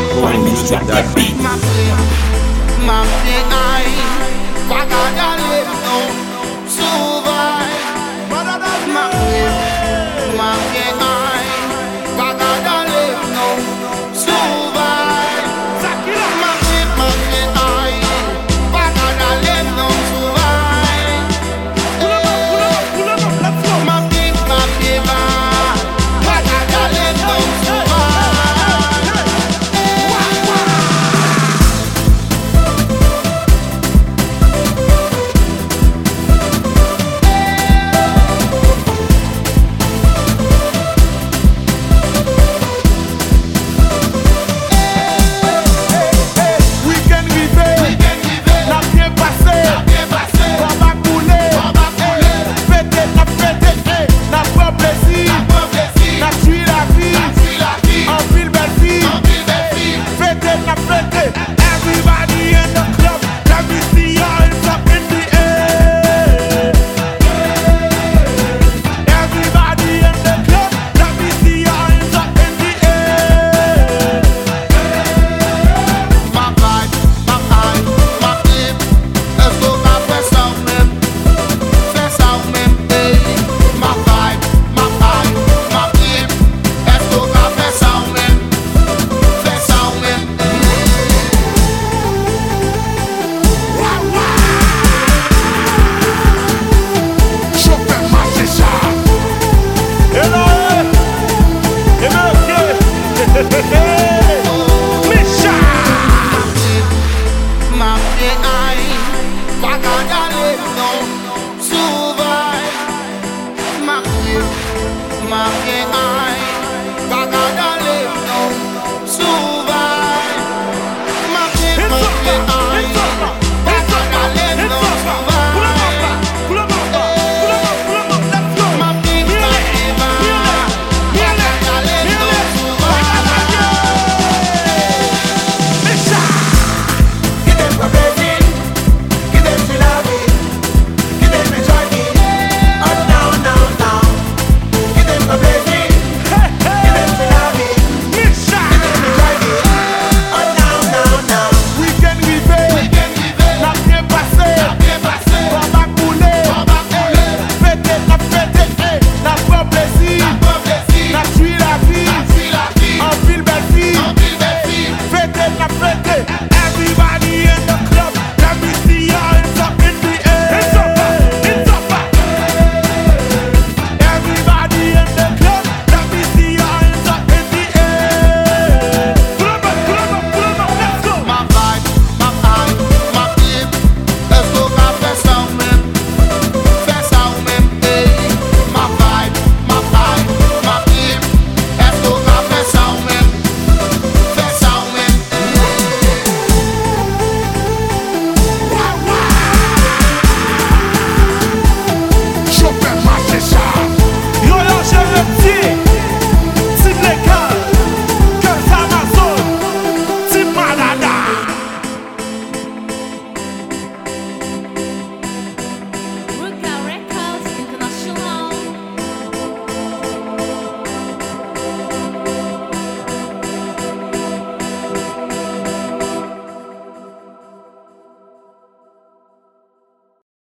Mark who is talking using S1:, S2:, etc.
S1: used to that.
S2: Fete na fete,